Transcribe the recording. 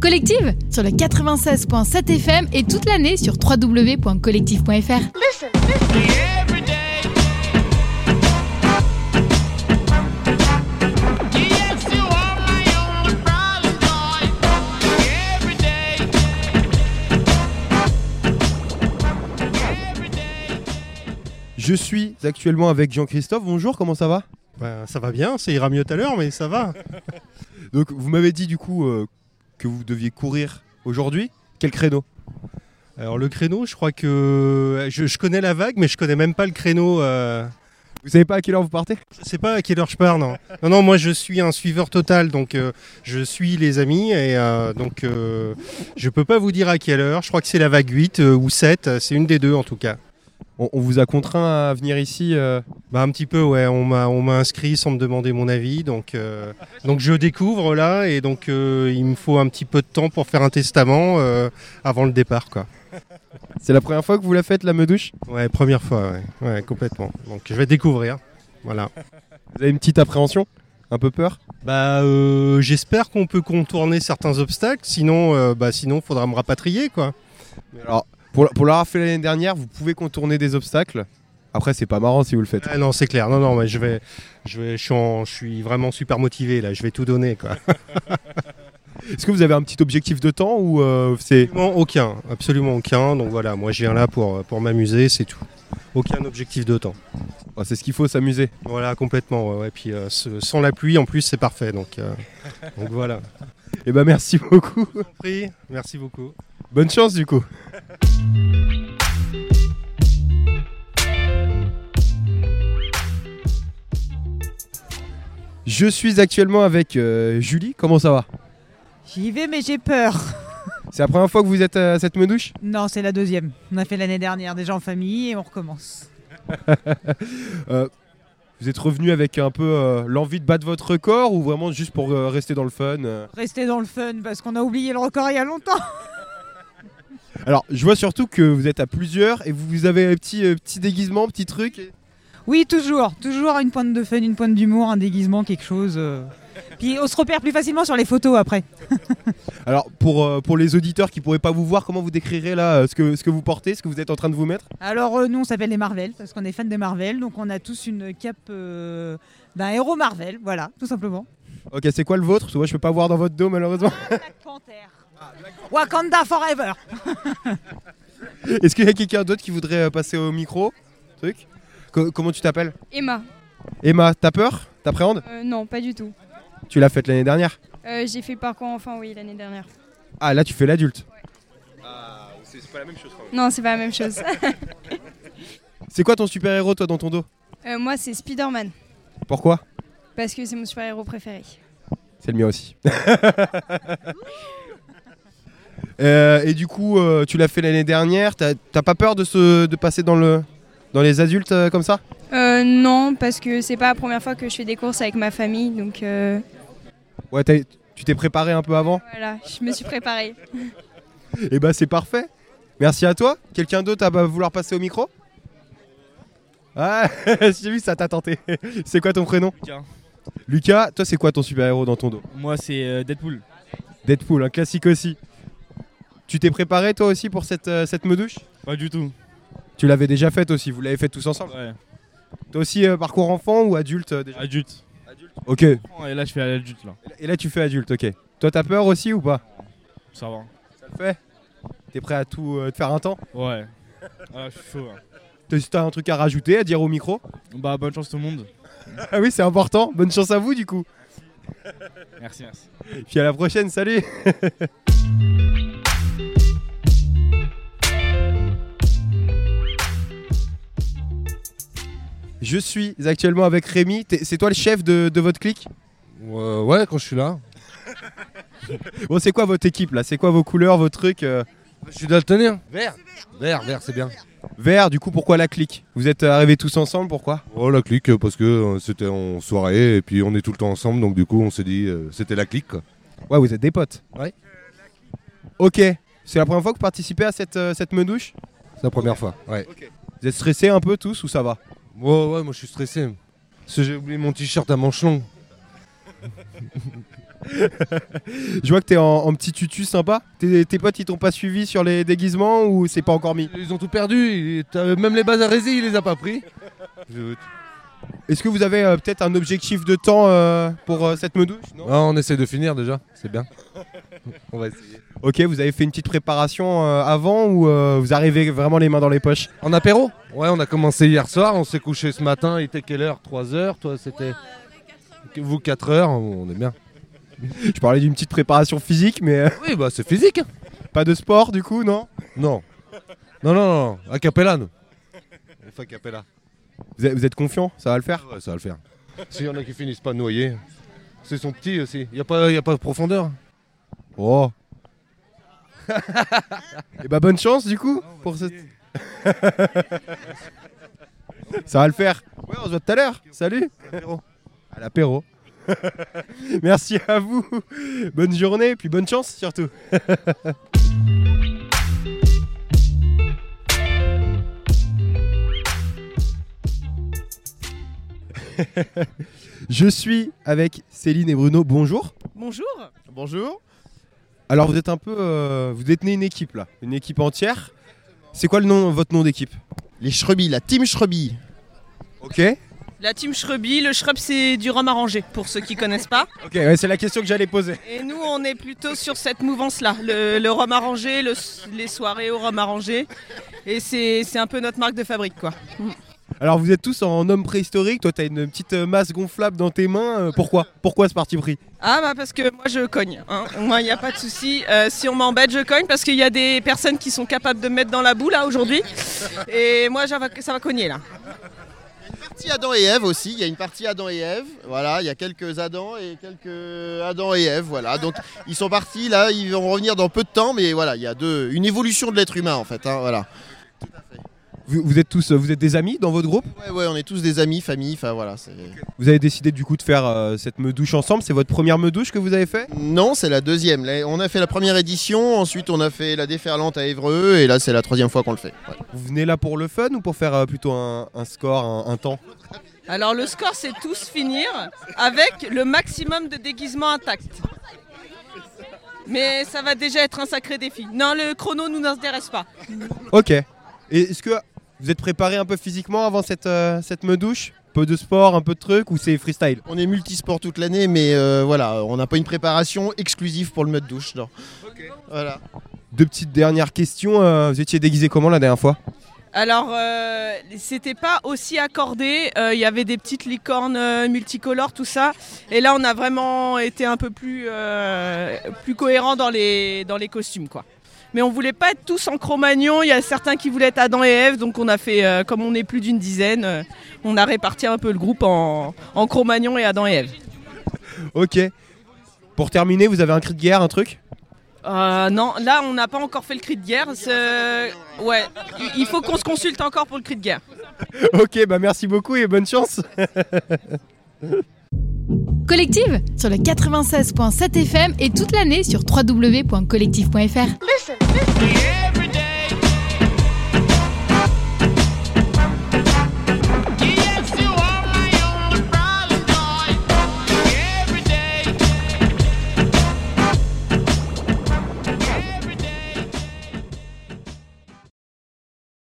Collective sur le 96.7 FM et toute l'année sur www.collective.fr. Je suis actuellement avec Jean-Christophe. Bonjour, comment ça va Ben, ça va bien, ça ira mieux tout à l'heure, mais ça va. Donc, vous m'avez dit du coup euh, que vous deviez courir aujourd'hui. Quel créneau Alors le créneau, je crois que euh, je, je connais la vague, mais je connais même pas le créneau. euh, Vous savez pas à quelle heure vous partez Je sais pas à quelle heure je pars, non. Non, non, moi je suis un suiveur total, donc euh, je suis les amis et euh, donc euh, je peux pas vous dire à quelle heure. Je crois que c'est la vague 8 euh, ou 7, euh, c'est une des deux en tout cas. on, on vous a contraint à venir ici euh, Bah un petit peu, ouais. On m'a on m'a inscrit sans me demander mon avis, donc euh, donc je découvre là et donc euh, il me faut un petit peu de temps pour faire un testament euh, avant le départ, quoi. C'est la première fois que vous la faites, la meudouche Ouais, première fois, ouais. ouais, complètement. Donc je vais découvrir. Voilà. Vous avez une petite appréhension Un peu peur Bah, euh, j'espère qu'on peut contourner certains obstacles, sinon, euh, bah, sinon, faudra me rapatrier, quoi. Alors, pour, la- pour l'avoir fait l'année dernière, vous pouvez contourner des obstacles. Après, c'est pas marrant si vous le faites. Ah non, c'est clair. Non, non, mais je vais, je vais, je suis, en- je suis vraiment super motivé là. Je vais tout donner, quoi. Est-ce que vous avez un petit objectif de temps ou euh, c'est. Absolument aucun, absolument aucun. Donc voilà, moi, je viens là pour, euh, pour m'amuser, c'est tout. Aucun objectif de temps. Oh, c'est ce qu'il faut s'amuser Voilà, complètement. Ouais, ouais. Puis euh, ce- sans la pluie, en plus, c'est parfait. Donc, euh, donc voilà. Eh ben, merci beaucoup. Compris. Merci beaucoup. Bonne chance du coup. Je suis actuellement avec euh, Julie, comment ça va J'y vais, mais j'ai peur. C'est la première fois que vous êtes à cette meudouche Non, c'est la deuxième. On a fait l'année dernière déjà en famille et on recommence. Vous êtes revenu avec un peu euh, l'envie de battre votre record ou vraiment juste pour euh, rester dans le fun euh Restez dans le fun parce qu'on a oublié le record il y a longtemps. Alors je vois surtout que vous êtes à plusieurs et vous avez un petit, euh, petit déguisement, petit truc. Oui, toujours. Toujours une pointe de fun, une pointe d'humour, un déguisement, quelque chose. euh. Puis on se repère plus facilement sur les photos après. Alors pour, euh, pour les auditeurs qui pourraient pas vous voir, comment vous décrirez là euh, ce que, ce que vous portez, ce que vous êtes en train de vous mettre Alors euh, nous, on s'appelle les Marvel parce qu'on est fan des Marvel. Donc on a tous une cape euh, d'un héros Marvel. Voilà, tout simplement. Ok, c'est quoi le vôtre Parce que moi je peux pas voir dans votre dos malheureusement. Black Panther. Wakanda Forever. Est-ce qu'il y a quelqu'un d'autre qui voudrait euh, passer au micro Truc Co- Comment tu t'appelles Emma, Emma, t'as peur T'appréhendes euh, non, pas du tout. Tu l'as faite l'année dernière. Euh, j'ai fait le parcours enfant, oui, l'année dernière. Ah là tu fais l'adulte. Non, c'est pas la même chose. C'est quoi ton super-héros toi dans ton dos Euh, moi, c'est Spider-Man, Pourquoi parce que c'est mon super-héros préféré. C'est le mien aussi. Euh, et du coup, euh, tu l'as fait l'année dernière. T'as t'as pas peur de, se, de passer dans, le, dans les adultes euh, comme ça Euh, non, parce que c'est pas la première fois que je fais des courses avec ma famille, donc euh, Ouais, t'as- tu t'es préparé un peu avant voilà, je me suis préparée. Et bah c'est parfait. Merci à toi. Quelqu'un d'autre à vouloir passer au micro Ah, j'ai vu ça t'a tenté. C'est quoi ton prénom Lucas. Lucas, toi c'est quoi ton super-héros dans ton dos Moi, c'est euh, Deadpool. Deadpool, un classique aussi. Tu t'es préparé toi aussi pour cette, euh, cette meudouche Pas du tout. Tu l'avais déjà faite aussi, vous l'avez faite tous ensemble. Ouais. Toi aussi euh, parcours enfant ou adulte euh, déjà Adulte. Ok. Et Et là, je fais à l'adulte, là. là tu fais adulte, ok. Toi t'as peur aussi ou pas Ça va. Ça le fait T'es prêt à tout euh, te faire un temps Ouais. Ah, je suis chaud. hein. T'as t'as un truc à rajouter, à dire au micro Bah, bonne chance tout le monde. Ah oui c'est important, bonne chance à vous du coup Merci, merci. Puis à la prochaine, salut Je suis actuellement avec Rémi. T'es- C'est toi le chef de, de votre clique Euh, ouais, quand je suis là. Bon, c'est quoi votre équipe là C'est quoi vos couleurs, vos trucs euh, Je suis daltonien. Vert. Vert, vert, c'est bien. Vert, du coup, pourquoi la clique Vous êtes euh, arrivés tous ensemble, pourquoi Oh, la clique, euh, parce que euh, c'était en soirée et puis on est tout le temps ensemble, donc du coup on s'est dit euh, c'était la clique. quoi. Ouais, vous êtes des potes. Ouais. Ok, c'est la première fois que vous participez à cette, euh, cette meudouche C'est la première fois. Ouais. Vous êtes stressés un peu tous ou ça va Ouais, ouais, moi je suis stressé. Parce que j'ai oublié mon t-shirt à manches longues. Je vois que t'es en, en petit tutu sympa. Tes, tes potes, ils t'ont pas suivi sur les déguisements ou c'est pas encore mis Ils ont tout perdu, et t'as- même les bases à rési, il les a pas pris. Je- Est-ce que vous avez euh, peut-être un objectif de temps euh, pour euh, cette meudouche Non Ah, on essaie de finir déjà, c'est bien. on va essayer. Ok, vous avez fait une petite préparation euh, avant ou euh, vous arrivez vraiment les mains dans les poches En apéro Ouais, on a commencé hier soir, on s'est couché ce matin, il était quelle heure 3 heures Toi, c'était. Vous, 4 heures, on est bien. Je parlais d'une petite préparation physique, mais euh, Oui, bah c'est physique. hein. pas de sport du coup, non Non. Non, non, non, a cappella, nous. On fait a cappella. vous êtes, vous êtes confiant Ça va le faire Ouais, ça va le faire. S'il y en a qui finissent pas noyés, c'est son petit aussi. Il n'y a, pas- y a pas de profondeur. Oh Et bah bonne chance du Ah, coup pour cette... Ça va le faire Ouais, on se voit tout à l'heure Salut À l'apéro Merci à vous Bonne journée, puis bonne chance surtout Je suis avec Céline et Bruno, bonjour Bonjour. Bonjour. Alors vous êtes un peu, euh, vous détenez une équipe là, une équipe entière. C'est quoi le nom, votre nom d'équipe Les Shrubi, la team Shrubi. Ok. La team Shrubi, le shrub c'est du rhum arrangé pour ceux qui connaissent pas. Ok, ouais, c'est la question que j'allais poser. Et nous on est plutôt sur cette mouvance-là, le, le rhum arrangé, le s- les soirées au rhum arrangé. Et c'est c'est un peu notre marque de fabrique quoi. Alors vous êtes tous en homme préhistorique. Toi, t'as une petite euh, masse gonflable dans tes mains. euh, pourquoi Pourquoi ce parti pris Ah bah parce que moi je cogne, hein. moi il n'y a pas de souci, Euh, si on m'embête je cogne parce qu'il y a des personnes qui sont capables de me mettre dans la boue là aujourd'hui. Et moi ça va, ça va cogner là. partie Adam et Ève aussi, il y a une partie Adam et Ève, voilà, il y a quelques Adam et quelques Adam et Ève, voilà. Donc ils sont partis là, ils vont revenir dans peu de temps, mais voilà, il y a deux, une évolution de l'être humain en fait, hein, voilà. vous, vous êtes tous, euh, vous êtes des amis dans votre groupe. Ouais, ouais, on est tous des amis, famille, enfin voilà. c'est- Vous avez décidé du coup de faire euh, cette meudouche ensemble. C'est votre première meudouche que vous avez fait Non, c'est la deuxième. Là, on a fait la première édition, ensuite on a fait la déferlante à Évreux, et là c'est la troisième fois qu'on le fait. ouais. Vous venez là pour le fun ou pour faire euh, plutôt un, un score, un, un temps Alors le score c'est tous finir avec le maximum de déguisements intacts. Mais ça va déjà être un sacré défi. Non, le chrono nous intéresse pas. Ok. Et est-ce que vous êtes préparé un peu physiquement avant cette, euh, cette meudouche Peu de sport, un peu de trucs ou c'est freestyle On est multisport toute l'année, mais euh, voilà, on n'a pas une préparation exclusive pour le mode douche, non. Voilà. Deux petites dernières questions. euh, vous étiez déguisé comment la dernière fois Alors, euh, c'était pas aussi accordé. Euh, Il y avait des petites licornes euh, multicolores, tout ça. Et là, on a vraiment été un peu plus, euh, plus cohérent dans les, dans les costumes, quoi. Mais on voulait pas être tous en cro-magnon. Il y a certains qui voulaient être Adam et Ève, donc on a fait, euh, comme on est plus d'une dizaine, euh, on a réparti un peu le groupe en, en cro-magnon et Adam et Ève. Ok. Pour terminer, vous avez un cri de guerre, un truc Euh, non, là, on n'a pas encore fait le cri de guerre. c'est- Ouais, il- il faut qu'on se consulte encore pour le cri de guerre. Ok, bah merci beaucoup et bonne chance. Collective sur le 96.7 FM et toute l'année sur www.collective.fr. Listen, listen.